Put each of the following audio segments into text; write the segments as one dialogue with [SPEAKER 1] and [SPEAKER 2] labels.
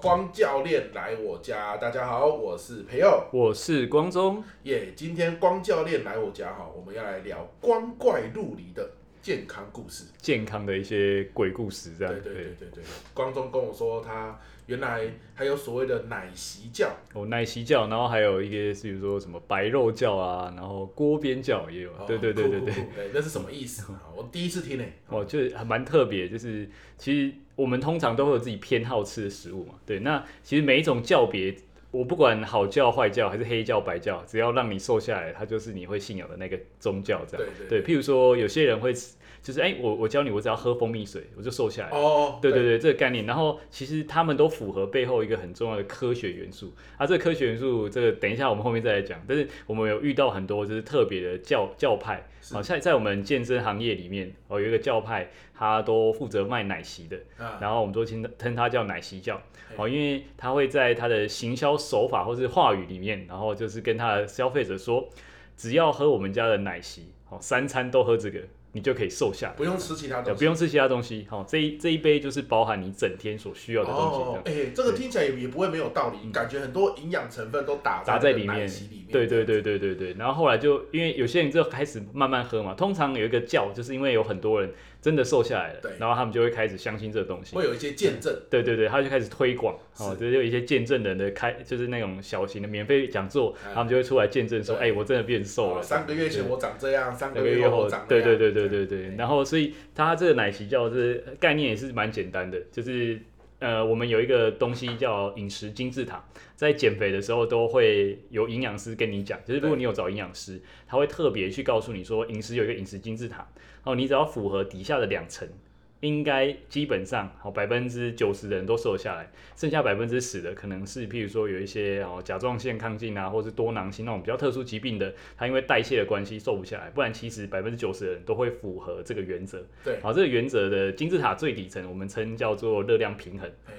[SPEAKER 1] 光教练来我家，大家好，我是培佑。
[SPEAKER 2] 我是光中，
[SPEAKER 1] 耶、今天光教练来我家哈，我们要来聊光怪陆离的健康故事。
[SPEAKER 2] 健康的一些鬼故事这样。
[SPEAKER 1] 对对对对对，光中跟我说他原来还有所谓的奶昔教，
[SPEAKER 2] 哦，奶昔教，然后还有一些，比如说什么白肉教啊，然后锅边教也有。
[SPEAKER 1] 哦
[SPEAKER 2] 对对对对
[SPEAKER 1] 酷
[SPEAKER 2] 对，
[SPEAKER 1] 酷酷对， 那是什么意思啊？我第一次听呢、
[SPEAKER 2] 哦，就是还蛮特别，就是其实我们通常都会有自己偏好吃的食物嘛。对，那其实每一种教别，我不管好教坏教还是黑教白教，只要让你瘦下来，它就是你会信仰的那个宗教这样。
[SPEAKER 1] 对对
[SPEAKER 2] 对，譬如说有些人会吃，就是哎、我我教你，我只要喝蜂蜜水，我就瘦下来了。
[SPEAKER 1] 哦，
[SPEAKER 2] 对对对，这个概念。然后其实他们都符合背后一个很重要的科学元素啊，这个科学元素，这个等一下我们后面再来讲。但是我们有遇到很多就是特别的教教派，
[SPEAKER 1] 是
[SPEAKER 2] 好、在在我们健身行业里面哦，有一个教派，他都负责卖奶昔的，
[SPEAKER 1] 啊，
[SPEAKER 2] 然后我们都称它称它叫奶昔教
[SPEAKER 1] 嘿
[SPEAKER 2] 哦，因为他会在他的行销手法或是话语里面，然后就是跟他的消费者说，只要喝我们家的奶昔，哦，三餐都喝这个，你就可以瘦下来。
[SPEAKER 1] 不用吃其他
[SPEAKER 2] 对，
[SPEAKER 1] 东西，
[SPEAKER 2] 不用吃其他东西。好、这一这一杯就是包含你整天所需要的东西，这
[SPEAKER 1] 哦
[SPEAKER 2] 样，
[SPEAKER 1] 哎、这个听起来也也不会没有道理，感觉很多营养成分都打
[SPEAKER 2] 砸
[SPEAKER 1] 在那个
[SPEAKER 2] 在里
[SPEAKER 1] 奶
[SPEAKER 2] 面
[SPEAKER 1] 昔里面。
[SPEAKER 2] 对对对对对对。然后后来就因为有些人就开始慢慢喝嘛，通常有一个叫，就是因为有很多人真的瘦下来了
[SPEAKER 1] 对，
[SPEAKER 2] 然后他们就会开始相信这个东西。
[SPEAKER 1] 会有一些见证。
[SPEAKER 2] 对对对，他就开始推广，哦，
[SPEAKER 1] 是
[SPEAKER 2] 就是有一些见证人的开，就是那种小型的免费讲座，
[SPEAKER 1] 嗯
[SPEAKER 2] 他们就会出来见证说，哎、
[SPEAKER 1] 对
[SPEAKER 2] 我真的变瘦了。
[SPEAKER 1] 哦三个月前我长这样，三
[SPEAKER 2] 两
[SPEAKER 1] 个
[SPEAKER 2] 个
[SPEAKER 1] 月
[SPEAKER 2] 月
[SPEAKER 1] 后
[SPEAKER 2] 后
[SPEAKER 1] 我长，那
[SPEAKER 2] 对
[SPEAKER 1] 样
[SPEAKER 2] 对对对对对。
[SPEAKER 1] 对
[SPEAKER 2] 然后，所以它这个奶昔教是概念也是蛮简单的，就是呃，我们有一个东西叫饮食金字塔，在减肥的时候都会有营养师跟你讲，就是如果
[SPEAKER 1] 对
[SPEAKER 2] 你有找营养师，他会特别去告诉你说，饮食有一个饮食金字塔，哦，你只要符合底下的两层。应该基本上好百分之九十的人都瘦下来，剩下百分之十的可能是譬如说有一些哦甲状腺亢进啊，或是多囊性那种比较特殊疾病的，他因为代谢的关系瘦不下来，不然其实百分之九十的人都会符合这个原则。
[SPEAKER 1] 对，
[SPEAKER 2] 好，这个原则的金字塔最底层我们称叫做热量平衡。
[SPEAKER 1] 哎，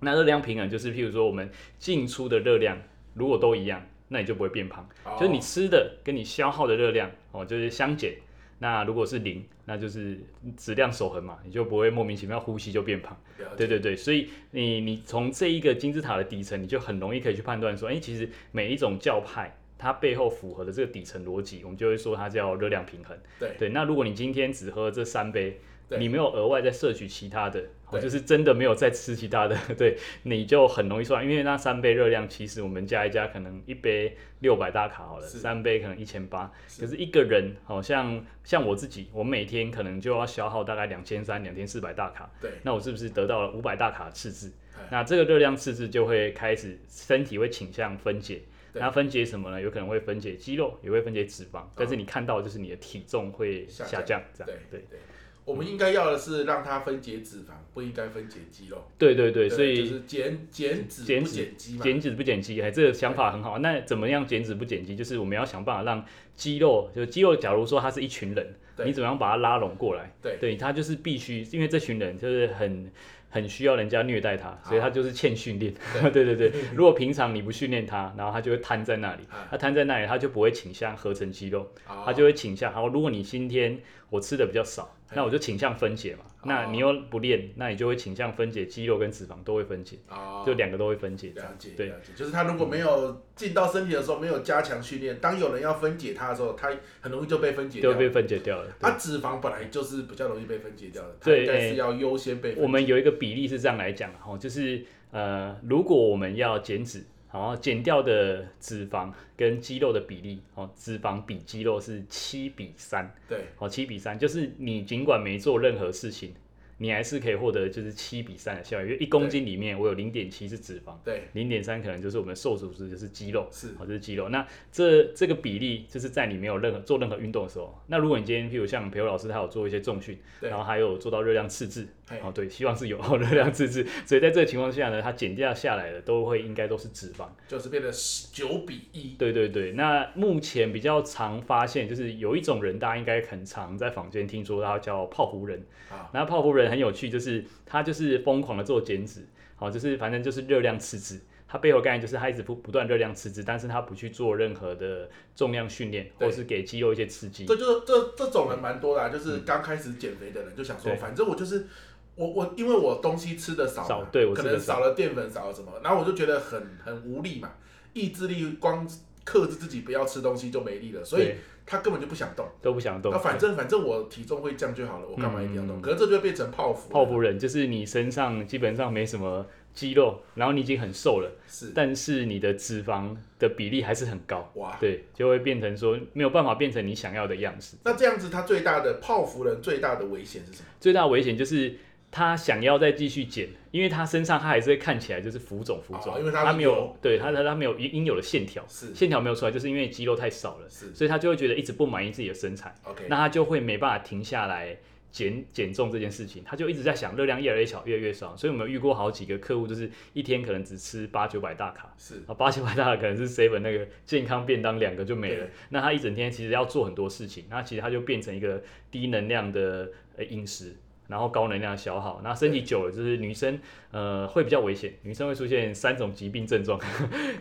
[SPEAKER 2] 那热量平衡就是譬如说我们进出的热量如果都一样，那你就不会变胖。
[SPEAKER 1] 好
[SPEAKER 2] 就是你吃的跟你消耗的热量哦，就是相减。那如果是零，那就是质量守恒嘛，你就不会莫名其妙呼吸就变胖。
[SPEAKER 1] 了解
[SPEAKER 2] 对对对，所以你你从这一个金字塔的底层，你就很容易可以去判断说，哎，其实每一种教派它背后符合的这个底层逻辑，我们就会说它叫热量平衡。
[SPEAKER 1] 对
[SPEAKER 2] 对，那如果你今天只喝这三杯，
[SPEAKER 1] 对
[SPEAKER 2] 你没有额外再摄取其他的，哦
[SPEAKER 1] 对
[SPEAKER 2] 就是真的没有再吃其他的， 对，你就很容易算，因为那三杯热量其实我们加一加，可能一杯六百大卡好了，
[SPEAKER 1] 是
[SPEAKER 2] 三杯可能一千八，
[SPEAKER 1] 是
[SPEAKER 2] 可是一个人好、像像我自己，我每天可能就要消耗大概两千三、两千四百大卡，
[SPEAKER 1] 对
[SPEAKER 2] 那我是不是得到了五百大卡的赤字
[SPEAKER 1] 哎？
[SPEAKER 2] 那这个热量赤字就会开始，身体会倾向分解。
[SPEAKER 1] 对
[SPEAKER 2] 那分解什么呢？有可能会分解肌肉，也会分解脂肪，但是你看到就是你的体重会
[SPEAKER 1] 哦下
[SPEAKER 2] 下
[SPEAKER 1] 降
[SPEAKER 2] 降，这样
[SPEAKER 1] 对
[SPEAKER 2] 对
[SPEAKER 1] 对，我们应该要的是让它分解脂肪，不应该分解肌肉。
[SPEAKER 2] 对对对，所
[SPEAKER 1] 就
[SPEAKER 2] 以
[SPEAKER 1] 是减减脂
[SPEAKER 2] 减
[SPEAKER 1] 不
[SPEAKER 2] 脂
[SPEAKER 1] 减肌嘛。
[SPEAKER 2] 减脂不减肌，哎，这个想法很好。那怎么样减脂不减肌？就是我们要想办法让肌肉，就肌肉，假如说它是一群人，
[SPEAKER 1] 对
[SPEAKER 2] 你怎么样把它拉拢过来？
[SPEAKER 1] 对
[SPEAKER 2] 对，他就是必须，因为这群人就是很很需要人家虐待他，所以他就是欠训练。 对对对， 如果平常你不训练他，然后他就会瘫在那里
[SPEAKER 1] 啊，
[SPEAKER 2] 他瘫在那里，他就不会倾向合成肌肉，
[SPEAKER 1] 哦
[SPEAKER 2] 他就会倾向。好，如果你今天我吃的比较少，那我就倾向分
[SPEAKER 1] 哦
[SPEAKER 2] 解嘛。那你又不练，那你就会倾向分解肌肉跟脂肪都会分解，
[SPEAKER 1] 哦
[SPEAKER 2] 就两个都会分解这样。
[SPEAKER 1] 了解
[SPEAKER 2] 对
[SPEAKER 1] 了解，就是它如果没有进到身体的时候，没有加强训练，当有人要分解它的时候，它很容易就被分解掉
[SPEAKER 2] 就。被分解掉了。对
[SPEAKER 1] 啊，脂肪本来就是比较容易被分解掉的，它
[SPEAKER 2] 对哎
[SPEAKER 1] 应该是要优先被分解。
[SPEAKER 2] 我们有一个比例是这样来讲，哦，就是呃，如果我们要减脂，然后减掉的脂肪跟肌肉的比例，哦，脂肪比肌肉是七比三，
[SPEAKER 1] 对
[SPEAKER 2] 哦，七比三，就是你尽管没做任何事情，你还是可以获得就是七比三的效益，因为一公斤里面我有零点七是脂肪。
[SPEAKER 1] 对
[SPEAKER 2] 零点三可能就是我们瘦主食，就是肌肉，
[SPEAKER 1] 是
[SPEAKER 2] 哦，就是肌肉。那这这个比例就是在你没有任何做任何运动的时候。那如果你今天，譬如像培友老师，他有做一些重训，
[SPEAKER 1] 对
[SPEAKER 2] 然后还有做到热量赤字
[SPEAKER 1] 嘿，
[SPEAKER 2] 哦，对，希望是有热量赤字。所以在这个情况下呢，它减掉下来的都会应该都是脂肪。
[SPEAKER 1] 就是变得九比一。
[SPEAKER 2] 对对对。那目前比较常发现就是有一种人，大家应该很常在坊间听说，他叫泡芙人。
[SPEAKER 1] 啊，
[SPEAKER 2] 那泡芙人很有趣，就是他就是疯狂的做减脂，好、就是反正就是热量赤字。他背后概念就是他一直不不断热量赤字，但是他不去做任何的重量训练，
[SPEAKER 1] 对
[SPEAKER 2] 或是给肌肉一些刺激。
[SPEAKER 1] 这就是这这种人蛮多的、啊，就是刚开始减肥的人就想说，
[SPEAKER 2] 嗯对
[SPEAKER 1] 反正我就是。我我因为我东西吃的少嘛，
[SPEAKER 2] 少对我
[SPEAKER 1] 可
[SPEAKER 2] 吃得
[SPEAKER 1] 能
[SPEAKER 2] 少
[SPEAKER 1] 少了淀粉，少了什么，然后我就觉得很很无力嘛，意志力光克制自己不要吃东西就没力了，所以
[SPEAKER 2] 对
[SPEAKER 1] 他根本就不想动。
[SPEAKER 2] 都不想动
[SPEAKER 1] 那。反正反正我体重会降就好了，我干嘛一定要动？可是这就会变成泡芙。
[SPEAKER 2] 泡芙人就是你身上基本上没什么肌肉，然后你已经很瘦了，
[SPEAKER 1] 是
[SPEAKER 2] 但是你的脂肪的比例还是很高，
[SPEAKER 1] 哇，
[SPEAKER 2] 对，就会变成说没有办法变成你想要的样子。
[SPEAKER 1] 那这样子他最大的泡芙人最大的危险是什么？
[SPEAKER 2] 最大危险就是他想要再继续减，因为他身上他还是会看起来就是浮肿浮肿，
[SPEAKER 1] 哦因为他是
[SPEAKER 2] 没
[SPEAKER 1] 油
[SPEAKER 2] 有对他他他没有应应有的线条，
[SPEAKER 1] 是
[SPEAKER 2] 线条没有出来，就是因为肌肉太少了，
[SPEAKER 1] 是
[SPEAKER 2] 所以他就会觉得一直不满意自己的身材，
[SPEAKER 1] OK，
[SPEAKER 2] 那他就会没办法停下来。减减重这件事情，他就一直在想热量越来越小，越来越少。所以我们有遇过好几个客户，就是一天可能只吃八九百大卡，
[SPEAKER 1] 是
[SPEAKER 2] 啊，八千块大的可能是 seven 那个健康便当两个就没了
[SPEAKER 1] 对。
[SPEAKER 2] 那他一整天其实要做很多事情，那其实他就变成一个低能量的呃饮食，然后高能量的消耗。那身体久了，就是女生呃会比较危险，女生会出现三种疾病症状。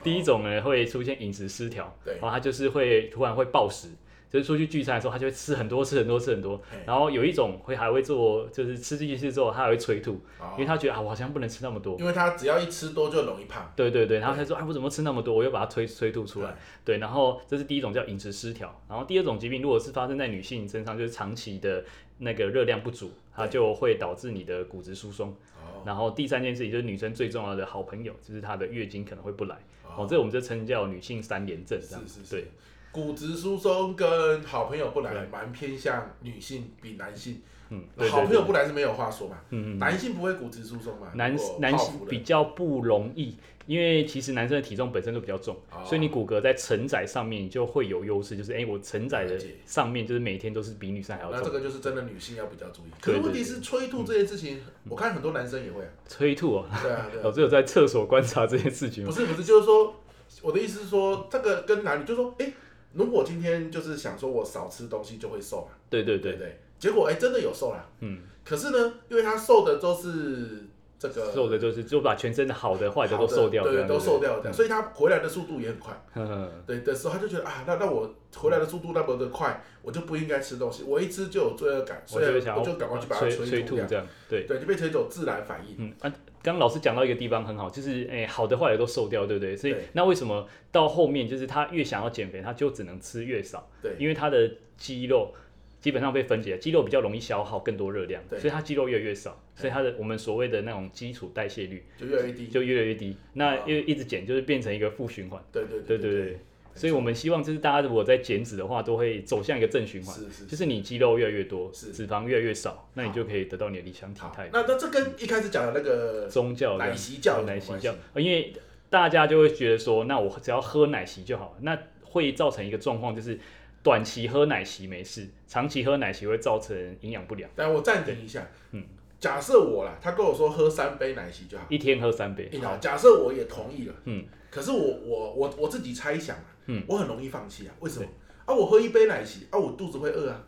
[SPEAKER 2] 第一种呢会出现饮食失调，
[SPEAKER 1] 哦对
[SPEAKER 2] 然后她就是会突然会暴食。就是出去聚餐的时候，她就会吃很多、吃很多、吃很多
[SPEAKER 1] 嘿，
[SPEAKER 2] 然后有一种会还会做，就是吃进去之后，她还会催吐，
[SPEAKER 1] 哦
[SPEAKER 2] 因为她觉得啊，我好像不能吃那么多，
[SPEAKER 1] 因为他只要一吃多就容易胖。
[SPEAKER 2] 对对对，然后他说：“哎，我怎么吃那么多？”我又把它催催吐出来。对，然后这是第一种叫饮食失调，然后第二种疾病如果是发生在女性身上，就是长期的那个热量不足，它就会导致你的骨质疏松。
[SPEAKER 1] 哦
[SPEAKER 2] 然后第三件事情就是女生最重要的好朋友，就是她的月经可能会不来。哦，这我们就称叫女性三连症这样。
[SPEAKER 1] 是是是
[SPEAKER 2] 对，
[SPEAKER 1] 骨质疏松跟好朋友不来蛮偏向女性比男性，
[SPEAKER 2] 嗯，对
[SPEAKER 1] 好
[SPEAKER 2] 对
[SPEAKER 1] 朋友
[SPEAKER 2] 对。
[SPEAKER 1] 不来是没有话说嘛，
[SPEAKER 2] 嗯
[SPEAKER 1] 男性不会骨质疏松嘛，
[SPEAKER 2] 男
[SPEAKER 1] 如果
[SPEAKER 2] 男
[SPEAKER 1] 泡
[SPEAKER 2] 性
[SPEAKER 1] 芙人
[SPEAKER 2] 比较不容易，因为其实男生的体重本身就比较重，
[SPEAKER 1] 哦
[SPEAKER 2] 所以你骨骼在承载上面你就会有优势，就是哎、我承载
[SPEAKER 1] 了
[SPEAKER 2] 的
[SPEAKER 1] 解
[SPEAKER 2] 上面就是每天都是比女生还要
[SPEAKER 1] 那这
[SPEAKER 2] 重。
[SPEAKER 1] 个就是真的女性要比较注意，可
[SPEAKER 2] 对
[SPEAKER 1] 是
[SPEAKER 2] 对嗯
[SPEAKER 1] 问题是催吐这件事情，我看很多男生也 会啊，
[SPEAKER 2] 催吐哦，
[SPEAKER 1] 对啊对啊
[SPEAKER 2] 老，师有在厕所观察这件事情
[SPEAKER 1] 不
[SPEAKER 2] 吗？
[SPEAKER 1] 是不是，就是说我的意思是说，这个跟男女就是说，哎，如果今天就是想说我少吃东西就会瘦嘛，
[SPEAKER 2] 对对
[SPEAKER 1] 对
[SPEAKER 2] 对
[SPEAKER 1] 不，对，结果哎真的有瘦啦，
[SPEAKER 2] 嗯，
[SPEAKER 1] 可是呢，因为他瘦的都是这个
[SPEAKER 2] 瘦的就是就把全身的好的坏的
[SPEAKER 1] 好
[SPEAKER 2] 都瘦掉，这
[SPEAKER 1] 对，
[SPEAKER 2] 样
[SPEAKER 1] 都瘦掉，
[SPEAKER 2] 对
[SPEAKER 1] 所以他回来的速度也很快。
[SPEAKER 2] 不对呵呵
[SPEAKER 1] 对的时候，他就觉得啊，那那我回来的速度那么的快，我就不应该吃东西，我一吃就有罪恶感，
[SPEAKER 2] 我
[SPEAKER 1] 所以
[SPEAKER 2] 就会想
[SPEAKER 1] 我
[SPEAKER 2] 要
[SPEAKER 1] 就赶快去把它
[SPEAKER 2] 催
[SPEAKER 1] 催
[SPEAKER 2] 吐
[SPEAKER 1] 掉。
[SPEAKER 2] 这样，对，
[SPEAKER 1] 对，就变成一种自然反应。
[SPEAKER 2] 嗯，啊，刚老师讲到一个地方很好，就是哎、好的坏的都瘦掉，对不对？所以
[SPEAKER 1] 对
[SPEAKER 2] 那为什么到后面就是他越想要减肥，他就只能吃越少？
[SPEAKER 1] 对，
[SPEAKER 2] 因为他的肌肉基本上被分解，肌肉比较容易消耗更多热量，
[SPEAKER 1] 对
[SPEAKER 2] 所以他肌肉越来越少，
[SPEAKER 1] 对
[SPEAKER 2] 所以他的我们所谓的那种基础代谢率
[SPEAKER 1] 就越来越低。
[SPEAKER 2] 就越来越低，
[SPEAKER 1] 啊
[SPEAKER 2] 那又一直减就是变成一个负循环，
[SPEAKER 1] 对对
[SPEAKER 2] 对
[SPEAKER 1] 对
[SPEAKER 2] 对对，所以我们希望就是大家如果在减脂的话，都会走向一个正循环，
[SPEAKER 1] 是是
[SPEAKER 2] 就是你肌肉越来越多，
[SPEAKER 1] 是
[SPEAKER 2] 脂肪越来越少，那你就可以得到你的理想体
[SPEAKER 1] 好
[SPEAKER 2] 态。。
[SPEAKER 1] 那那这跟一开始讲的那个
[SPEAKER 2] 宗教这样
[SPEAKER 1] 奶昔教有什么
[SPEAKER 2] 奶昔
[SPEAKER 1] 关
[SPEAKER 2] 教
[SPEAKER 1] 系，
[SPEAKER 2] 呃因为大家就会觉得说，那我只要喝奶昔就好了，那会造成一个状况就是。短期喝奶昔没事，长期喝奶昔会造成营养不良，
[SPEAKER 1] 但我暂停一下，
[SPEAKER 2] 嗯，
[SPEAKER 1] 假设我啦，他跟我说喝三杯奶昔就好。
[SPEAKER 2] 一天喝三杯。
[SPEAKER 1] 硬熬哎假设我也同意了，
[SPEAKER 2] 嗯，
[SPEAKER 1] 可是我我我我自己猜想啊，
[SPEAKER 2] 嗯，
[SPEAKER 1] 我很容易放弃啊，为什么？啊，我喝一杯奶昔，啊，我肚子会饿啊，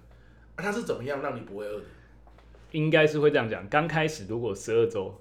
[SPEAKER 1] 啊，它是怎么样让你不会饿的？
[SPEAKER 2] 应该是会这样讲。刚开始如果十二周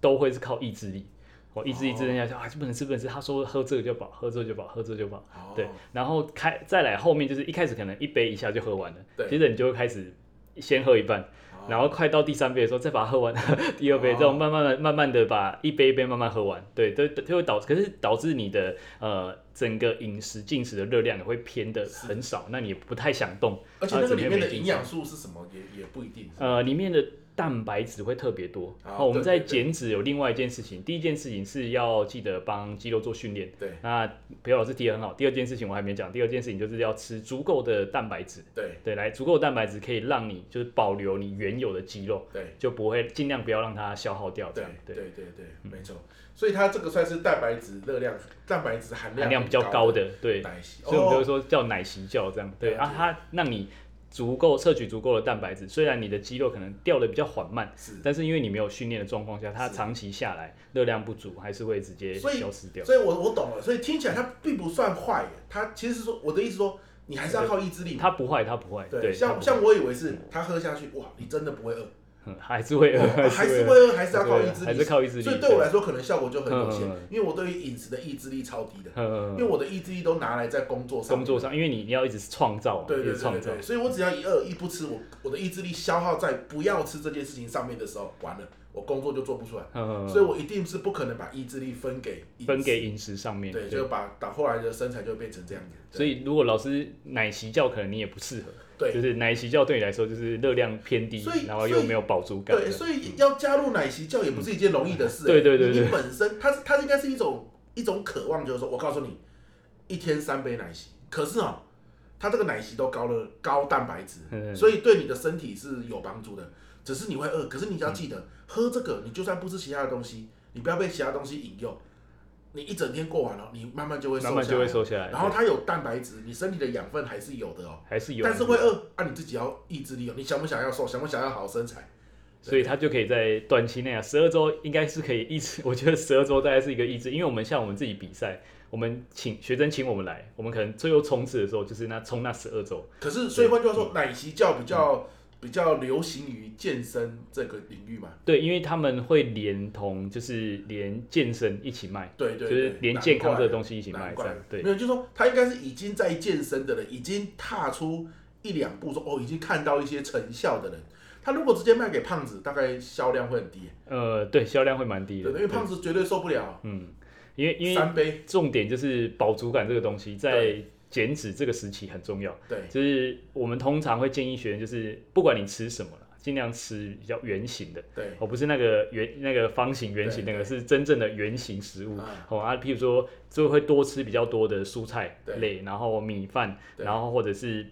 [SPEAKER 2] 都会是靠意志力，我意志力支撑下去、啊，就不能吃不能吃。他说喝这个就饱，喝这个就饱，喝这个就饱。
[SPEAKER 1] 哦
[SPEAKER 2] 对，然后开再来后面就是一开始可能一杯一下就喝完了
[SPEAKER 1] 对，
[SPEAKER 2] 接着你就会开始先喝一半，
[SPEAKER 1] 哦
[SPEAKER 2] 然后快到第三杯的时候再把它喝完， 第二杯
[SPEAKER 1] 哦
[SPEAKER 2] 这种慢慢的、慢慢的把一杯一杯慢慢喝完，对，都都会导，可是导致你的呃整个饮食进食的热量也会偏的很少，那你也不太想动，啊
[SPEAKER 1] 而且那个里面
[SPEAKER 2] 然后整天没
[SPEAKER 1] 的
[SPEAKER 2] 精神
[SPEAKER 1] 营养素是什么也也不一定，
[SPEAKER 2] 呃，里面的蛋白质会特别多。
[SPEAKER 1] 哦
[SPEAKER 2] 好，我们
[SPEAKER 1] 对
[SPEAKER 2] 在
[SPEAKER 1] 对对
[SPEAKER 2] 减脂有另外一件事情，第一件事情是要记得帮肌肉做训练。
[SPEAKER 1] 对
[SPEAKER 2] 那裴老师提的很好。第二件事情我还没讲，第二件事情就是要吃足够的蛋白质。
[SPEAKER 1] 对
[SPEAKER 2] 对，来足够的蛋白质可以让你就是保留你原有的肌肉，
[SPEAKER 1] 对
[SPEAKER 2] 就不会尽量不要让它消耗掉这
[SPEAKER 1] 对
[SPEAKER 2] 样。
[SPEAKER 1] 对
[SPEAKER 2] 对，嗯
[SPEAKER 1] 对对对，没错，所以它这个算是蛋白质热量、蛋白质含
[SPEAKER 2] 含量
[SPEAKER 1] 很
[SPEAKER 2] 比较高的，对，
[SPEAKER 1] 奶昔，
[SPEAKER 2] 所以我们就会
[SPEAKER 1] 哦
[SPEAKER 2] 说叫奶昔教这样。对
[SPEAKER 1] 了
[SPEAKER 2] 啊
[SPEAKER 1] 解，
[SPEAKER 2] 它让你足够摄取足够的蛋白质，虽然你的肌肉可能掉的比较缓慢，
[SPEAKER 1] 哦是
[SPEAKER 2] 但是因为你没有训练的状况下，它
[SPEAKER 1] 是
[SPEAKER 2] 长期下来热量不足，还是会直接
[SPEAKER 1] 所以
[SPEAKER 2] 消失掉。
[SPEAKER 1] 所以我我懂了，所以听起来它并不算坏耶，它其实是说我的意思说，你还是要靠意志力嘛。
[SPEAKER 2] 它不坏，它不坏。
[SPEAKER 1] 对，
[SPEAKER 2] 哎对，它
[SPEAKER 1] 像
[SPEAKER 2] 不
[SPEAKER 1] 像我以为是他喝下去，哇，你真的不会饿，啊
[SPEAKER 2] 嗯还是会饿，
[SPEAKER 1] 哦还是
[SPEAKER 2] 是
[SPEAKER 1] 会饿，还是要靠
[SPEAKER 2] 对
[SPEAKER 1] 意志
[SPEAKER 2] 还是
[SPEAKER 1] 力。
[SPEAKER 2] 靠意志力。
[SPEAKER 1] 所以对我来说，可能效果就很有限
[SPEAKER 2] 嗯嗯嗯，
[SPEAKER 1] 因为我对于饮食的意志力超低的，
[SPEAKER 2] 对，嗯
[SPEAKER 1] 因为我的意志力都拿来在工作上。
[SPEAKER 2] 工作上，因为你你要一直创造嘛，
[SPEAKER 1] 对
[SPEAKER 2] 一
[SPEAKER 1] 对
[SPEAKER 2] 直
[SPEAKER 1] 对
[SPEAKER 2] 创
[SPEAKER 1] 对
[SPEAKER 2] 造
[SPEAKER 1] 对，。所以我只要一饿一不吃，我我的意志力消耗在不要吃这件事情上面的时候，完了，我工作就做不出来。
[SPEAKER 2] 嗯，
[SPEAKER 1] 所以我一定是不可能把意志力分给饮食
[SPEAKER 2] 分给饮食上面。
[SPEAKER 1] 对，就把打后来的身材就变成这样子。
[SPEAKER 2] 所以如果老师奶昔教，可能你也不适合。
[SPEAKER 1] 对
[SPEAKER 2] 就是奶昔教对你来说就是热量偏低
[SPEAKER 1] 所以，
[SPEAKER 2] 然后又没有饱足感。
[SPEAKER 1] 对，所以要加入奶昔教也不是一件容易的事、欸
[SPEAKER 2] 嗯对对对
[SPEAKER 1] 你
[SPEAKER 2] 对
[SPEAKER 1] 你本身它是它应该是一种一种渴望，就是说我告诉你，一天三杯奶昔，可是哦，它这个奶昔都高了高蛋白质，
[SPEAKER 2] 嗯
[SPEAKER 1] 所以对你的身体是有帮助的。只是你会饿，可是你要记得、喝这个，你就算不吃其他的东西，你不要被其他东西引诱。你一整天过完了，你慢慢就会瘦
[SPEAKER 2] 慢慢
[SPEAKER 1] 下
[SPEAKER 2] 就
[SPEAKER 1] 来
[SPEAKER 2] 会瘦下来。
[SPEAKER 1] 然后
[SPEAKER 2] 对
[SPEAKER 1] 它有蛋白质，你身体的养分还是有的哦。
[SPEAKER 2] 还是有，
[SPEAKER 1] 但是会，饿，啊，你自己要意志力哦。你想不想要瘦？想不想要好身材？
[SPEAKER 2] 所以他就可以在短期内啊，十二周应该是可以抑制。 我觉得十二周大概是一个抑制，因为我们像我们自己比赛，我们请学生请我们来，我们可能最后冲刺的时候就是那冲那十二周。
[SPEAKER 1] 可是，所以换句话说，奶昔教比较比较流行于健身这个领域嘛？
[SPEAKER 2] 对，因为他们会连同就是连健身一起卖，
[SPEAKER 1] 对对
[SPEAKER 2] 就
[SPEAKER 1] 对，
[SPEAKER 2] 是连健康这个东西一
[SPEAKER 1] 西
[SPEAKER 2] 起卖，
[SPEAKER 1] 难
[SPEAKER 2] 这
[SPEAKER 1] 怪
[SPEAKER 2] 样对
[SPEAKER 1] 没。有，就是说他应该是已经在健身的人，已经踏出一两步说，哦，已经看到一些成效的人。他如果直接卖给胖子，大概销量会很低，
[SPEAKER 2] 呃，对，销量会蛮低
[SPEAKER 1] 对，
[SPEAKER 2] 的，
[SPEAKER 1] 因为胖子绝对受不了，
[SPEAKER 2] 嗯，因为因为
[SPEAKER 1] 三杯，
[SPEAKER 2] 重点就是饱足感这个东西在
[SPEAKER 1] 对
[SPEAKER 2] 减脂这个时期很重要，
[SPEAKER 1] 对
[SPEAKER 2] 就是我们通常会建议学员就是不管你吃什么啦，尽量吃比较圆形的，
[SPEAKER 1] 对，
[SPEAKER 2] 哦，不是那个圆那个方形圆形那
[SPEAKER 1] 对
[SPEAKER 2] 个，是真正的圆形食物。
[SPEAKER 1] 啊，
[SPEAKER 2] 哦啊，譬如说就会多吃比较多的蔬菜
[SPEAKER 1] 对
[SPEAKER 2] 类，然后米饭，
[SPEAKER 1] 对
[SPEAKER 2] 然后或者是，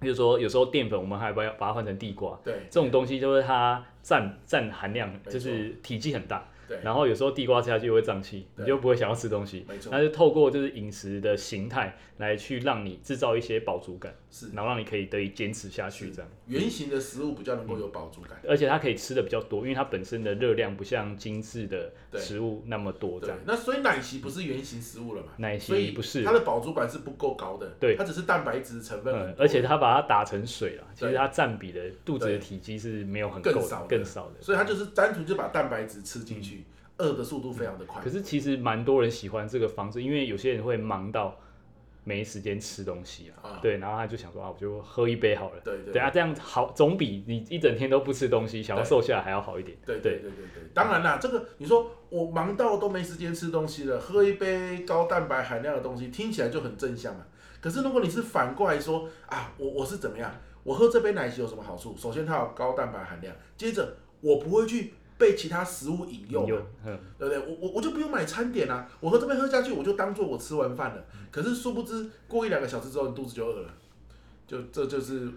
[SPEAKER 2] 譬如说有时候淀粉我们还把它把它换成地瓜，
[SPEAKER 1] 对
[SPEAKER 2] 这种东西就是它占占含量
[SPEAKER 1] 错
[SPEAKER 2] 就是体积很大，
[SPEAKER 1] 对，
[SPEAKER 2] 然后有时候地瓜吃下去会胀气，
[SPEAKER 1] 对
[SPEAKER 2] 你就不会想要吃东西。
[SPEAKER 1] 没错
[SPEAKER 2] 那，就透过就是饮食的形态来去让你制造一些饱足感，
[SPEAKER 1] 是
[SPEAKER 2] 然后让你可以得以坚持下去
[SPEAKER 1] 是
[SPEAKER 2] 这样。
[SPEAKER 1] 圆形的食物比较能够有饱足感。
[SPEAKER 2] 而且它可以吃的比较多，因为它本身的热量不像精致的
[SPEAKER 1] 对
[SPEAKER 2] 食物那么多这
[SPEAKER 1] 对
[SPEAKER 2] 样。，
[SPEAKER 1] 那所以奶昔不是圆形食物了嘛？
[SPEAKER 2] 奶
[SPEAKER 1] 所以
[SPEAKER 2] 昔不是
[SPEAKER 1] 它，的饱足感是不够高的，
[SPEAKER 2] 对
[SPEAKER 1] 它只是蛋白质成分很
[SPEAKER 2] 嗯，
[SPEAKER 1] 多
[SPEAKER 2] 而且它把它打成水了，其实
[SPEAKER 1] 对
[SPEAKER 2] 它占比的肚子的
[SPEAKER 1] 对
[SPEAKER 2] 体积是没有很够
[SPEAKER 1] 更
[SPEAKER 2] 的
[SPEAKER 1] 少的
[SPEAKER 2] 更少的。
[SPEAKER 1] 所以它就是单纯就把蛋白质吃进去，饿的速度非常的快
[SPEAKER 2] 可。是其实蛮多人喜欢这个方式，因为有些人会忙到没时间吃东西啊，
[SPEAKER 1] 啊
[SPEAKER 2] 对，然后他就想说啊，我就喝一杯好了。
[SPEAKER 1] 对对
[SPEAKER 2] 对啊，这样好总比你一整天都不吃东西，想要
[SPEAKER 1] 对
[SPEAKER 2] 瘦下来还要好一点。
[SPEAKER 1] 对对对对对，当然啦，这个你说我忙到都没时间吃东西了，喝一杯高蛋白含量的东西，听起来就很正向嘛。可是如果你是反过来说啊，我我是怎么样，我喝这杯奶昔有什么好处？首先它有高蛋白含量，接着我不会去被其他食物引诱嘛，
[SPEAKER 2] 有嗯，
[SPEAKER 1] 对不对？我我我就不用买餐点啦、啊我喝这边喝下去，我就当做我吃完饭了。可是殊不知，过一两个小时之后，你肚子就饿了，就这就是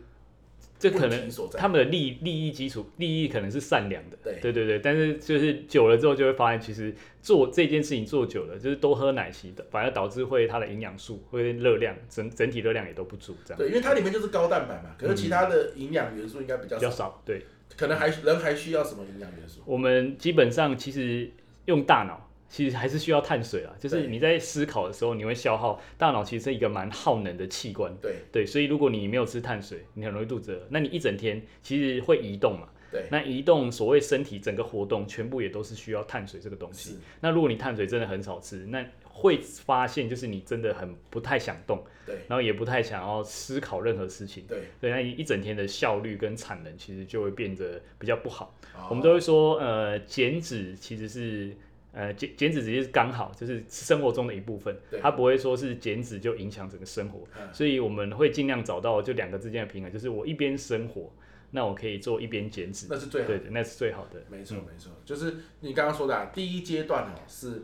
[SPEAKER 2] 这可
[SPEAKER 1] 问
[SPEAKER 2] 能
[SPEAKER 1] 题所在
[SPEAKER 2] 他们的利利益基础利益可能是善良的，
[SPEAKER 1] 对
[SPEAKER 2] 对对对，但是就是久了之后就会发现，其实做这件事情做久了，就是都喝奶昔的，反而导致会它的营养素、会热量整整体热量也都不足，这样嗯
[SPEAKER 1] 对，因为它里面就是高蛋白嘛。可是其他的营养元素应该比较
[SPEAKER 2] 比较
[SPEAKER 1] 少，
[SPEAKER 2] 少。对
[SPEAKER 1] 可能还人还需要什么营养元素？
[SPEAKER 2] 我们基本上其实用大脑。其实还是需要碳水啊，就是
[SPEAKER 1] 对
[SPEAKER 2] 你在思考的时候，你会消耗大脑，其实是一个蛮耗能的器官。
[SPEAKER 1] 对
[SPEAKER 2] 对，所以如果你没有吃碳水，你很容易肚子饿。那你一整天其实会移动嘛？
[SPEAKER 1] 对，
[SPEAKER 2] 那移动所谓身体整个活动，全部也都是需要碳水这个东西
[SPEAKER 1] 是。
[SPEAKER 2] 那如果你碳水真的很少吃，那会发现就是你真的很不太想动，
[SPEAKER 1] 对
[SPEAKER 2] 然后也不太想要思考任何事情。
[SPEAKER 1] 对。
[SPEAKER 2] 对，那你一整天的效率跟产能其实就会变得比较不好。
[SPEAKER 1] 哦
[SPEAKER 2] 我们都会说，呃，减脂其实是。呃，减减脂只是刚好，就是生活中的一部分
[SPEAKER 1] 对，
[SPEAKER 2] 它不会说是减脂就影响整个生活，
[SPEAKER 1] 嗯
[SPEAKER 2] 所以我们会尽量找到就两个之间的平衡，就是我一边生活，那我可以做一边减脂，
[SPEAKER 1] 那是最好的
[SPEAKER 2] 对对，那是最好的，
[SPEAKER 1] 没错没错，就是你刚刚说的、啊、第一阶段哦，是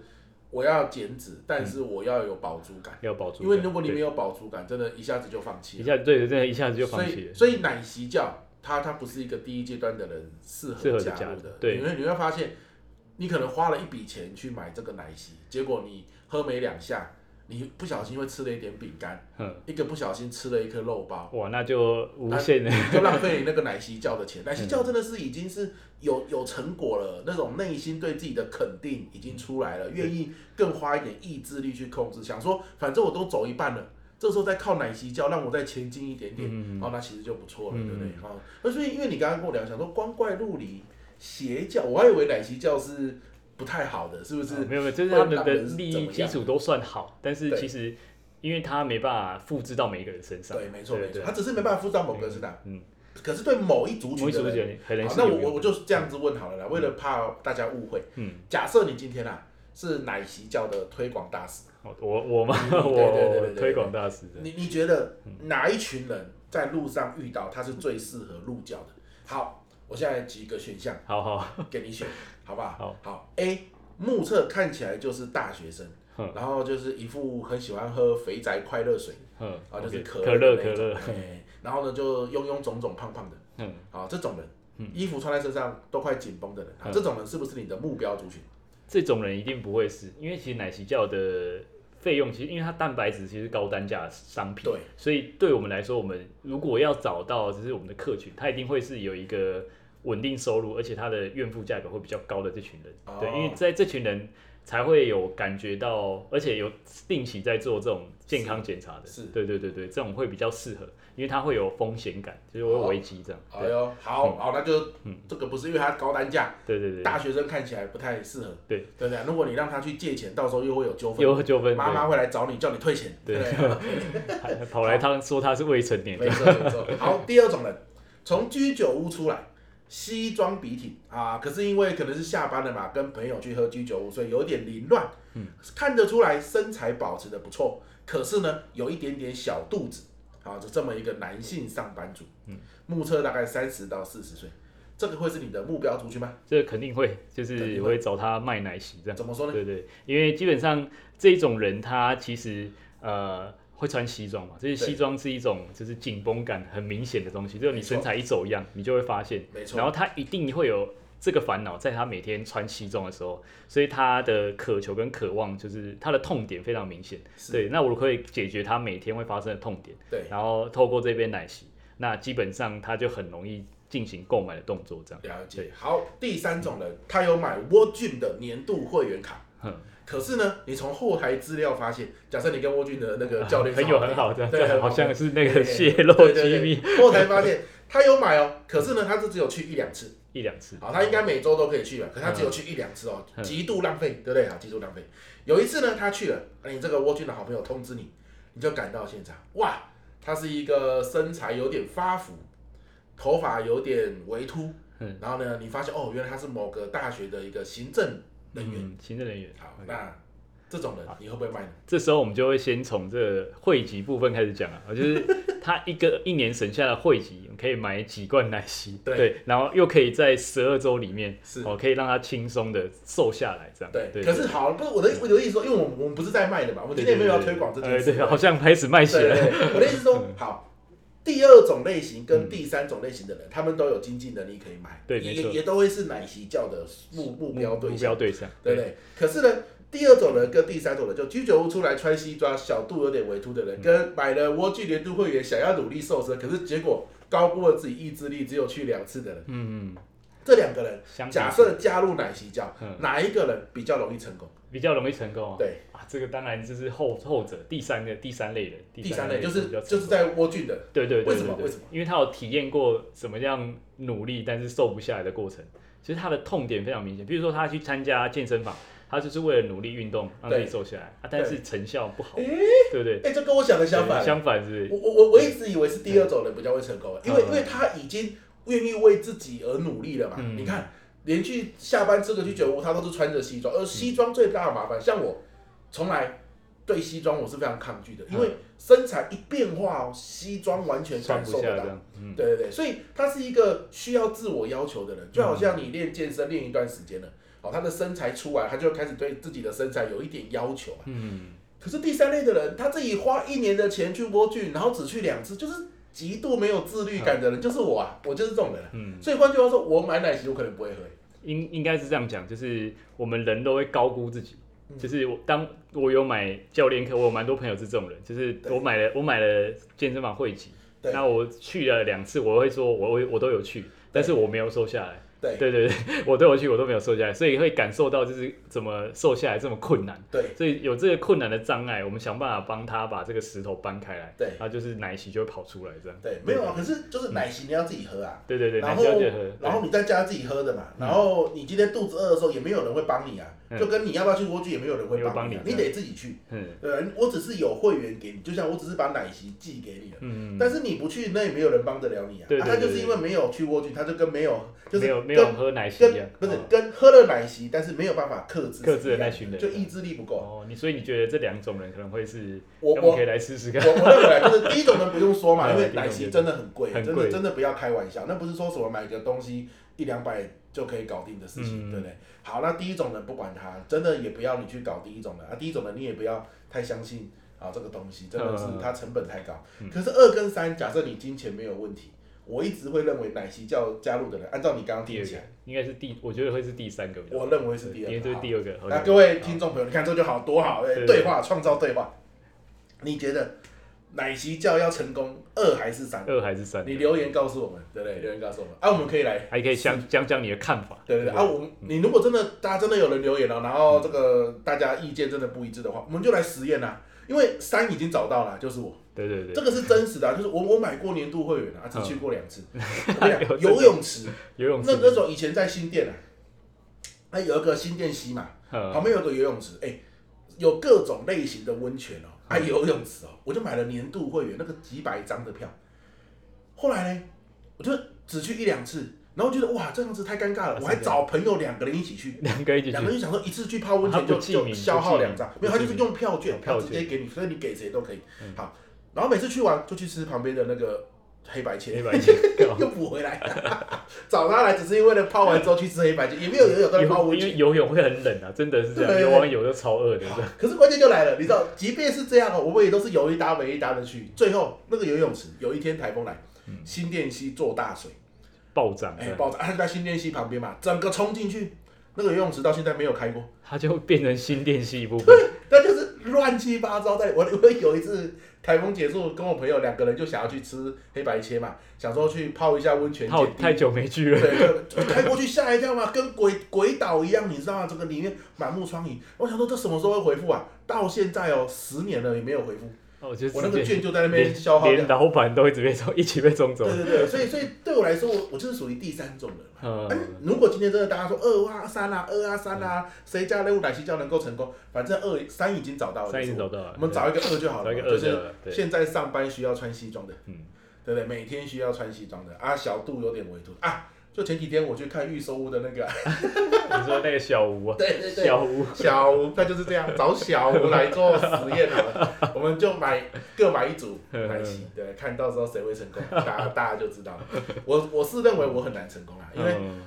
[SPEAKER 1] 我要减脂，但是我要有饱足感，
[SPEAKER 2] 要保嗯住感。
[SPEAKER 1] 因为如果你
[SPEAKER 2] 对
[SPEAKER 1] 没有饱足感，真的一下子就放弃
[SPEAKER 2] 一
[SPEAKER 1] 了。
[SPEAKER 2] 下对对对，一下子就放弃了。
[SPEAKER 1] 所以，所以奶昔教它它不是一个第一阶段的人适
[SPEAKER 2] 适
[SPEAKER 1] 合
[SPEAKER 2] 合的
[SPEAKER 1] 加入
[SPEAKER 2] 加
[SPEAKER 1] 的
[SPEAKER 2] 入，对
[SPEAKER 1] 你会你会发现，你可能花了一笔钱去买这个奶昔，结果你喝没两下，你不小心会吃了一点饼干，
[SPEAKER 2] 嗯，
[SPEAKER 1] 一个不小心吃了一颗肉包，
[SPEAKER 2] 哇，那就无限的，
[SPEAKER 1] 你就浪费那个奶昔教的钱。奶昔教
[SPEAKER 2] 嗯
[SPEAKER 1] 真的是已经是有有成果了，那种内心对自己的肯定已经出来了，愿意更花一点意志力去控制，想说反正我都走一半了，这时候再靠奶昔胶让我再前进一点点，
[SPEAKER 2] 嗯
[SPEAKER 1] 哦，那其实就不错了，
[SPEAKER 2] 嗯
[SPEAKER 1] 对不对？好、那所以因为你刚刚跟我聊，想说光怪陆离、邪教，我还以为奶昔教是不太好的，是不是？
[SPEAKER 2] 啊没有没有，就是
[SPEAKER 1] 不然
[SPEAKER 2] 他们
[SPEAKER 1] 他
[SPEAKER 2] 的
[SPEAKER 1] 们是
[SPEAKER 2] 利
[SPEAKER 1] 怎
[SPEAKER 2] 益
[SPEAKER 1] 么
[SPEAKER 2] 基
[SPEAKER 1] 样
[SPEAKER 2] 础都算好，但是
[SPEAKER 1] 对
[SPEAKER 2] 其实因为他没办法复制到每一个人身上，
[SPEAKER 1] 对，没错
[SPEAKER 2] 对
[SPEAKER 1] 没错，
[SPEAKER 2] 对
[SPEAKER 1] 他只是没办法附到某个身上，
[SPEAKER 2] 嗯，
[SPEAKER 1] 可是对某一族
[SPEAKER 2] 某
[SPEAKER 1] 群
[SPEAKER 2] 一
[SPEAKER 1] 的
[SPEAKER 2] 组
[SPEAKER 1] 人，
[SPEAKER 2] 人可能
[SPEAKER 1] 好
[SPEAKER 2] 是
[SPEAKER 1] 啊那
[SPEAKER 2] 有
[SPEAKER 1] 我
[SPEAKER 2] 用
[SPEAKER 1] 我嗯我就是这样子问好了啦，为了怕大家误会，
[SPEAKER 2] 嗯，
[SPEAKER 1] 假设你今天啊是奶昔教的推广大使，
[SPEAKER 2] 我哦我我嘛，
[SPEAKER 1] 嗯对对对对
[SPEAKER 2] 我
[SPEAKER 1] 对对嗯
[SPEAKER 2] 推广大使的，
[SPEAKER 1] 你你觉得哪一群人在路上遇到他是最适合入教的？好，我现在几个选项
[SPEAKER 2] 好好，
[SPEAKER 1] 给你 选，好不好？
[SPEAKER 2] 好
[SPEAKER 1] ，A 目测看起来就是大学生
[SPEAKER 2] 嗯，
[SPEAKER 1] 然后就是一副很喜欢喝肥宅快乐水，
[SPEAKER 2] 嗯
[SPEAKER 1] 啊，就是
[SPEAKER 2] OK，
[SPEAKER 1] 可
[SPEAKER 2] 可
[SPEAKER 1] 乐的
[SPEAKER 2] 乐可
[SPEAKER 1] 那种
[SPEAKER 2] 乐，
[SPEAKER 1] 哎然后呢就臃臃肿肿胖胖的，
[SPEAKER 2] 嗯，
[SPEAKER 1] 啊，这种人。衣服穿在身上都快紧绷的人，啊
[SPEAKER 2] 嗯
[SPEAKER 1] 这种人是不是你的目标族群？
[SPEAKER 2] 这种人一定不会是，因为其实奶昔教的费用，其实因为它蛋白质其实是高单价的商品，
[SPEAKER 1] 对，
[SPEAKER 2] 所以对我们来说，我们如果要找到就是我们的客群，他一定会是有一个稳定收入，而且他的怨妇价格会比较高的这群人，
[SPEAKER 1] 哦
[SPEAKER 2] 对，因为在这群人才会有感觉到，而且有定期在做这种健康检查的，
[SPEAKER 1] 是是
[SPEAKER 2] 对对对对，这种会比较适合，因为它会有风险感，就是会
[SPEAKER 1] 哦
[SPEAKER 2] 危机这样，
[SPEAKER 1] 哎呦，好好，那就
[SPEAKER 2] 嗯
[SPEAKER 1] 这个不是因为它高单价，
[SPEAKER 2] 对对对对，
[SPEAKER 1] 大学生看起来不太适合，
[SPEAKER 2] 对
[SPEAKER 1] 对不对？如果你让他去借钱，到时候又会有纠纷，
[SPEAKER 2] 有纠纷，
[SPEAKER 1] 妈妈会来找你叫你退钱，
[SPEAKER 2] 对
[SPEAKER 1] 不对？
[SPEAKER 2] 对还跑来他说他是未成年，
[SPEAKER 1] 没错没错。好，第二种人从居酒屋出来，西装笔挺啊，可是因为可能是下班了嘛，跟朋友去喝居酒屋，所以有点凌乱。嗯，看得出来身材保持的不错，可是呢有一点点小肚子啊，就这么一个男性上班族。嗯，目测大概三十到四十岁，这个会是你的目标族群吗？
[SPEAKER 2] 这肯定会，就
[SPEAKER 1] 肯
[SPEAKER 2] 是
[SPEAKER 1] 定
[SPEAKER 2] 我
[SPEAKER 1] 会
[SPEAKER 2] 会找他卖奶昔这样。
[SPEAKER 1] 怎么说呢？
[SPEAKER 2] 对对，因为基本上这种人他其实呃会穿西装嘛，就是
[SPEAKER 1] 对
[SPEAKER 2] 西装是一种就是紧绷感很明显的东西，就是你
[SPEAKER 1] 没错
[SPEAKER 2] 身材一走样，你就会发现。
[SPEAKER 1] 没错
[SPEAKER 2] 然后他一定会有这个烦恼，在他每天穿西装的时候，所以他的渴求跟渴望就是他的痛点非常明显。
[SPEAKER 1] 是
[SPEAKER 2] 对，那我可以解决他每天会发生的痛点，
[SPEAKER 1] 对，
[SPEAKER 2] 然后透过这杯奶昔，那基本上他就很容易进行购买的动作，这样。
[SPEAKER 1] 了解
[SPEAKER 2] 对。
[SPEAKER 1] 好，第三种人，他有买 w o r d 的年度会员卡
[SPEAKER 2] 哼。
[SPEAKER 1] 可是呢，你从后台资料发现，假设你跟 w o r d 的那个教练是
[SPEAKER 2] 朋友 很好的，
[SPEAKER 1] 对，
[SPEAKER 2] 这好像是那
[SPEAKER 1] 对
[SPEAKER 2] 个泄露机
[SPEAKER 1] 对对
[SPEAKER 2] 密。
[SPEAKER 1] 对后台发现他有买哦，可是呢，他是只有去一两次。
[SPEAKER 2] 一两次。
[SPEAKER 1] 好，他应该每周都可以去吧，可他只有去一两次哦，
[SPEAKER 2] 嗯
[SPEAKER 1] 极度浪费，对不对？好，极度浪费。有一次呢，他去了，啊你这个蜗居的好朋友通知你，你就赶到现场，哇，他是一个身材有点发福，头发有点微秃，
[SPEAKER 2] 嗯
[SPEAKER 1] 然后呢，你发现哦，原来他是某个大学的一个行政人员。
[SPEAKER 2] 嗯，行政人员。
[SPEAKER 1] 好，
[SPEAKER 2] OK
[SPEAKER 1] 那这种人你会不会卖呢？
[SPEAKER 2] 这时候我们就会先从这个汇集部分开 始讲啊，就是他一个一年省下的汇集，可以买几罐奶昔，
[SPEAKER 1] 对
[SPEAKER 2] 然后又可以在十二周里面，
[SPEAKER 1] 是
[SPEAKER 2] 哦，可以让他轻松的瘦下来，这样。
[SPEAKER 1] 对，
[SPEAKER 2] 啊对，
[SPEAKER 1] 可是好，不是我的我的意思说，因为我们我们不是在卖的嘛，我们今天没有要推广这件
[SPEAKER 2] 呃
[SPEAKER 1] 事。
[SPEAKER 2] 对，好嗯像开始卖起
[SPEAKER 1] 对
[SPEAKER 2] 来。
[SPEAKER 1] 对对，我的意思是说，好，第二种类型跟第三种类型的人，他们都有经济能力可以买，
[SPEAKER 2] 嗯对
[SPEAKER 1] 也
[SPEAKER 2] 没错
[SPEAKER 1] 也都会是奶昔教的目目标对
[SPEAKER 2] 目
[SPEAKER 1] 象
[SPEAKER 2] 标，对象，
[SPEAKER 1] 对不对？可是呢，第二种人跟第三种人，就居酒屋出来穿西装、小肚有点微凸的
[SPEAKER 2] 嗯
[SPEAKER 1] 人，跟买了蜗居年度会员想要努力瘦身，可是结果高估了自己意志力，只有去两次的人，
[SPEAKER 2] 嗯，
[SPEAKER 1] 这两个人
[SPEAKER 2] 相比
[SPEAKER 1] 假设加入奶昔教
[SPEAKER 2] 嗯，
[SPEAKER 1] 哪一个人比较容易成功？
[SPEAKER 2] 比较容易成功啊。
[SPEAKER 1] 对。
[SPEAKER 2] 啊，这个当然就是后后者第三个第三类人，
[SPEAKER 1] 第三类就是
[SPEAKER 2] 比较成
[SPEAKER 1] 就是
[SPEAKER 2] 功
[SPEAKER 1] 在蜗居的，
[SPEAKER 2] 对对对对对，
[SPEAKER 1] 为什么为什么
[SPEAKER 2] 因为他有体验过什么样努力但是瘦不下来的过程，其实他的痛点非常明显。比如说他去参加健身房，他就是为了努力运动让自己
[SPEAKER 1] 对
[SPEAKER 2] 瘦下来，啊，但是成效不好，
[SPEAKER 1] 诶
[SPEAKER 2] 对不对？
[SPEAKER 1] 哎，这跟我想的相反
[SPEAKER 2] 对。相反是不是
[SPEAKER 1] 我我我我一直以为是第二种人比较会成功，因为
[SPEAKER 2] 嗯
[SPEAKER 1] 因为他已经愿意为自己而努力了嘛。
[SPEAKER 2] 嗯
[SPEAKER 1] 你看，连去下班这个去酒屋，他都是穿着西装，
[SPEAKER 2] 嗯
[SPEAKER 1] 而西装最大的麻烦，像我从来对西装我是非常抗拒
[SPEAKER 2] 嗯
[SPEAKER 1] 的，因为身材一变化哦，西装完全
[SPEAKER 2] 穿
[SPEAKER 1] 感
[SPEAKER 2] 不
[SPEAKER 1] 受
[SPEAKER 2] 下
[SPEAKER 1] 不到
[SPEAKER 2] 这。样，嗯，
[SPEAKER 1] 对对对，所以他是一个需要自我要求的人，就好像你练健身练一段时间了，哦，他的身材出来，他就开始对自己的身材有一点要求啊。
[SPEAKER 2] 嗯，
[SPEAKER 1] 可是第三类的人，他自己花一年的钱去蜗居，然后只去两次，就是极度没有自律感的人，就是我啊，我就是这种人啊。
[SPEAKER 2] 嗯
[SPEAKER 1] 所以换句话说，我买奶昔我可能不会喝。
[SPEAKER 2] 应应该是这样讲，就是我们人都会高估自己。
[SPEAKER 1] 嗯
[SPEAKER 2] 就是我当我有买教练课，我有蛮多朋友是这种人，就是
[SPEAKER 1] 对
[SPEAKER 2] 我买了我买了健身房会籍，
[SPEAKER 1] 对
[SPEAKER 2] 那我去了两次，我会说我我我都有去，但是我没有瘦下来，
[SPEAKER 1] 对
[SPEAKER 2] 对对对， 我都有去，我都没有瘦下来，所以会感受到就是怎么瘦下来这么困难。
[SPEAKER 1] 对
[SPEAKER 2] 所以有这个困难的障碍，我们想办法帮他把这个石头搬开来，
[SPEAKER 1] 对
[SPEAKER 2] 他就是奶昔就会跑出来这样。
[SPEAKER 1] 对，没有啊。可是就是奶昔你要自己喝啊，
[SPEAKER 2] 对对对，奶
[SPEAKER 1] 然
[SPEAKER 2] 昔
[SPEAKER 1] 后
[SPEAKER 2] 要记得喝。对
[SPEAKER 1] 然后你在家自己喝的嘛，然后你今天肚子饿的时候也没有人会帮你啊，
[SPEAKER 2] 嗯
[SPEAKER 1] 就跟你要不要去蜗居也没有人会帮你啊，
[SPEAKER 2] 没有帮你
[SPEAKER 1] 你得自己去。
[SPEAKER 2] 嗯
[SPEAKER 1] 对，我只是有会员给你，就像我只是把奶昔寄给你了。
[SPEAKER 2] 嗯，
[SPEAKER 1] 但是你不去，那也没有人帮得了你啊。
[SPEAKER 2] 对对
[SPEAKER 1] 啊他就
[SPEAKER 2] 对
[SPEAKER 1] 是
[SPEAKER 2] 对
[SPEAKER 1] 因为没有去蜗居，他就跟没有，就是
[SPEAKER 2] 没有
[SPEAKER 1] 跟
[SPEAKER 2] 没有喝奶昔一样
[SPEAKER 1] 跟，不是
[SPEAKER 2] 哦
[SPEAKER 1] 跟喝了奶昔，但是没有办法克制
[SPEAKER 2] 克制的
[SPEAKER 1] 是一样的
[SPEAKER 2] 那群人
[SPEAKER 1] 就意志力不够。
[SPEAKER 2] 哦，你所以你觉得这两种人可能会是，
[SPEAKER 1] 我
[SPEAKER 2] 那我们
[SPEAKER 1] 我
[SPEAKER 2] 可以来试试看。
[SPEAKER 1] 我我认为啊就是第一种人不用说嘛，
[SPEAKER 2] 嗯
[SPEAKER 1] 因为奶昔真的很贵，
[SPEAKER 2] 很
[SPEAKER 1] 真
[SPEAKER 2] 贵
[SPEAKER 1] 的真的不要开玩笑，那不是说什么买个东西一两百就可以搞定的事情，
[SPEAKER 2] 嗯
[SPEAKER 1] 对不对？好，那第一种人不管他，真的也不要你去搞第一种人啊，第一种人你也不要太相信啊这个东西，真的是
[SPEAKER 2] 嗯
[SPEAKER 1] 它成本太高。
[SPEAKER 2] 嗯
[SPEAKER 1] 可是二跟三，假设你金钱没有问题，我一直会认为奶昔叫加入的人，按照你刚刚
[SPEAKER 2] 第
[SPEAKER 1] 听
[SPEAKER 2] 二
[SPEAKER 1] 起
[SPEAKER 2] 个
[SPEAKER 1] 来，
[SPEAKER 2] 应该是第，我觉得会是第三个比较好，
[SPEAKER 1] 我认为是第
[SPEAKER 2] 因为
[SPEAKER 1] 二个。
[SPEAKER 2] 这是
[SPEAKER 1] 好
[SPEAKER 2] 第二个。
[SPEAKER 1] 那
[SPEAKER 2] OK，
[SPEAKER 1] 哎各位
[SPEAKER 2] 好
[SPEAKER 1] 听众朋友，你看这就好多好，哎
[SPEAKER 2] 对对
[SPEAKER 1] 对话创造对话。你觉得奶昔教要成功，二还是三？
[SPEAKER 2] 二还是三？
[SPEAKER 1] 你留言告诉我们，对不对？留言告诉我们，啊，我们可以来，
[SPEAKER 2] 还可以嗯讲讲讲你的看法。
[SPEAKER 1] 对对对，啊，我们你如果真的大家真的有人留言了，哦然后这个大家意见真的不一致的话，
[SPEAKER 2] 嗯
[SPEAKER 1] 我们就来实验啦。因为三已经找到了，啊就是我，
[SPEAKER 2] 对对
[SPEAKER 1] 这
[SPEAKER 2] 对，
[SPEAKER 1] 个是真实的、啊，就是我我买过年度会员啊，只去过两 次。我跟你
[SPEAKER 2] 有
[SPEAKER 1] 讲，
[SPEAKER 2] 这种
[SPEAKER 1] 游泳池
[SPEAKER 2] 游泳池
[SPEAKER 1] 那那种以前在新店啊，那有一个新店溪嘛，
[SPEAKER 2] 嗯
[SPEAKER 1] 旁边有个游泳池，哎、有各种类型的温泉哦，
[SPEAKER 2] 嗯
[SPEAKER 1] 还、游泳池哦，我就买了年度会员那个几百张的票。后来呢，我就只去一两次，然后觉得哇这样子太尴尬了，我还找朋友两个人一起去，
[SPEAKER 2] 两个一起去啊
[SPEAKER 1] 两个，人想说一次去泡温
[SPEAKER 2] 他
[SPEAKER 1] 泉
[SPEAKER 2] 不
[SPEAKER 1] 就
[SPEAKER 2] 记
[SPEAKER 1] 就
[SPEAKER 2] 名
[SPEAKER 1] 消
[SPEAKER 2] 不
[SPEAKER 1] 耗
[SPEAKER 2] 记名
[SPEAKER 1] 两张，
[SPEAKER 2] 不
[SPEAKER 1] 没有他就
[SPEAKER 2] 记
[SPEAKER 1] 是
[SPEAKER 2] 名
[SPEAKER 1] 用票券
[SPEAKER 2] 哦，票
[SPEAKER 1] 他
[SPEAKER 2] 券嗯
[SPEAKER 1] 直接给你，所以你给谁都可以。好，然后每次去完就去吃旁边的那个黑白切
[SPEAKER 2] 黑。白切
[SPEAKER 1] 又补回来， 找他来只是因为了泡完之后去吃黑白切，也 没有游泳跟泡
[SPEAKER 2] 因
[SPEAKER 1] 温
[SPEAKER 2] 为
[SPEAKER 1] 泉
[SPEAKER 2] 因，为游泳会很冷啊，真的是这样，
[SPEAKER 1] 对对对
[SPEAKER 2] 游完泳就超饿的。
[SPEAKER 1] 可是关键就来了，你知道，即便是这样哦，我们也都是有一搭没一搭的去。最后那个游泳池，有一天台风来，新店溪做大水，
[SPEAKER 2] 暴涨，
[SPEAKER 1] 哎、爆炸！啊，在新店溪旁边嘛，整个冲进去，那个游泳池到现在没有开过，
[SPEAKER 2] 它就变成新电系一部分。
[SPEAKER 1] 那就是乱七八糟在。我我有一次台风结束，跟我朋友两个人就想要去吃黑白切嘛，想说去泡一下温泉，
[SPEAKER 2] 它有
[SPEAKER 1] 解
[SPEAKER 2] 太久没去了，
[SPEAKER 1] 对，就开过去吓一跳嘛，跟鬼鬼岛一样，你知道吗？这个里面满目疮痍。我想说这什么时候会回复啊？到现在哦，十年了也没有回复。
[SPEAKER 2] 哦我就
[SPEAKER 1] 我那个
[SPEAKER 2] 直接
[SPEAKER 1] 券就在那边
[SPEAKER 2] 连
[SPEAKER 1] 消耗掉
[SPEAKER 2] 连。老板都一直被冲，一起被冲走
[SPEAKER 1] 对。对对，所以所以对我来说，我我就是属于第三种人嘛。嗯
[SPEAKER 2] 嗯，，
[SPEAKER 1] 如果今天真的大家说二啊三啊二啊三啊，谁家任务奶昔教能够成功？反正二三已经找到了，
[SPEAKER 2] 三已经
[SPEAKER 1] 就是
[SPEAKER 2] 找到了，
[SPEAKER 1] 我们找一个二就好了
[SPEAKER 2] 啊
[SPEAKER 1] 嘛，
[SPEAKER 2] 找一个二
[SPEAKER 1] 就
[SPEAKER 2] 就是好了对，
[SPEAKER 1] 现在上班需要穿西装的，
[SPEAKER 2] 嗯，
[SPEAKER 1] 对不对？每天需要穿西装的啊，小度有点维度啊。就前几天我去看预售屋的那个啊，
[SPEAKER 2] 你说那个小吴啊，
[SPEAKER 1] 对对对，
[SPEAKER 2] 小吴，
[SPEAKER 1] 小吴，他就是这样找小吴来做实验好 了，我们就买各买一组来洗，对，看到时候谁会 成功，大家大家就知道了。我我是认为我很难成功啦，因为
[SPEAKER 2] 嗯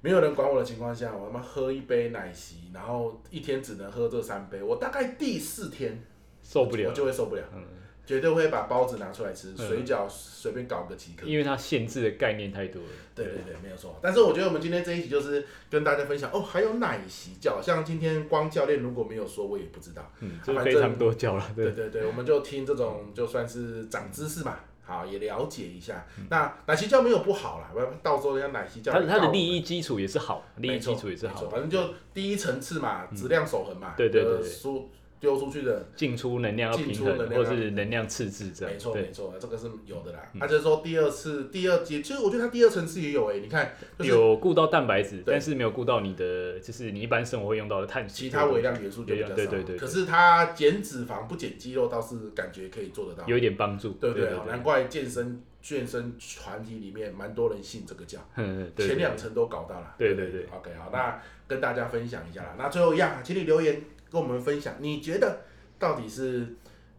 [SPEAKER 1] 没有人管我的情况下，我他妈喝一杯奶昔，然后一天只能喝这三杯，我大概第四天
[SPEAKER 2] 受不了
[SPEAKER 1] 我，就会受不了，
[SPEAKER 2] 嗯，
[SPEAKER 1] 绝对会把包子拿出来吃，
[SPEAKER 2] 嗯
[SPEAKER 1] 水饺随便搞个几颗。
[SPEAKER 2] 因为它限制的概念太多了。
[SPEAKER 1] 对对对，没有错。但是我觉得我们今天这一集就是跟大家分享哦，还有奶昔教，像今天光教练如果没有说，我也不知道。
[SPEAKER 2] 嗯，就是非常多教了，
[SPEAKER 1] 啊对
[SPEAKER 2] 对，
[SPEAKER 1] 对对，我们就听这种就算是长知识嘛，好也了解一下。那奶昔教没有不好啦，不然到时候人家奶昔教
[SPEAKER 2] 它它嗯的利
[SPEAKER 1] 益
[SPEAKER 2] 益基础也是好，利益基础也是好，嗯
[SPEAKER 1] 反正就第一层次嘛，质量守恒嘛，
[SPEAKER 2] 对对对
[SPEAKER 1] 呃
[SPEAKER 2] 对
[SPEAKER 1] 输丢出去的，
[SPEAKER 2] 进出能量要平
[SPEAKER 1] 进出能
[SPEAKER 2] 衡，
[SPEAKER 1] 量
[SPEAKER 2] 或
[SPEAKER 1] 要
[SPEAKER 2] 是能量赤字这样，
[SPEAKER 1] 没错
[SPEAKER 2] 对嗯
[SPEAKER 1] 没错，这个是有的啦。他就是说第二次第二阶，其实我觉得他第二层次也有诶，你看就是
[SPEAKER 2] 有顾到蛋白质，
[SPEAKER 1] 对
[SPEAKER 2] 但是没有顾到你的，就是你一般生活会用到的碳水。
[SPEAKER 1] 其他微量元素就比较少，
[SPEAKER 2] 对对对对
[SPEAKER 1] 可是他减脂肪不减肌肉倒是感觉可以做得到，
[SPEAKER 2] 有一点帮助，
[SPEAKER 1] 对不
[SPEAKER 2] 对
[SPEAKER 1] 对？好难怪健身健身团体里面蛮多人信这个教。
[SPEAKER 2] 嗯，对
[SPEAKER 1] 前
[SPEAKER 2] 对
[SPEAKER 1] 两层都搞到了。
[SPEAKER 2] 对对对
[SPEAKER 1] OK，好，那跟大家分享一下啦。那最后一样，请你留言跟我们分享，你觉得到底是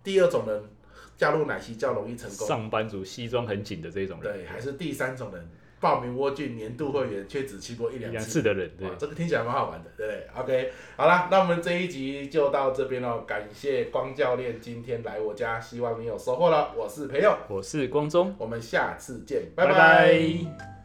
[SPEAKER 1] 第二种人加入奶昔较容易成功，
[SPEAKER 2] 上班族西装很紧的这种人，
[SPEAKER 1] 对，还是第三种人报名蜗居年度会员却只去过一两
[SPEAKER 2] 两
[SPEAKER 1] 次？
[SPEAKER 2] 次的人，对
[SPEAKER 1] 哇，，这个听起来蛮好玩的，对不对？OK，好啦，那我们这一集就到这边喽，感谢光教练今天来我家，希望你有收获了。我是培佑，
[SPEAKER 2] 我是光中，
[SPEAKER 1] 我们下次见，拜
[SPEAKER 2] 拜拜
[SPEAKER 1] 拜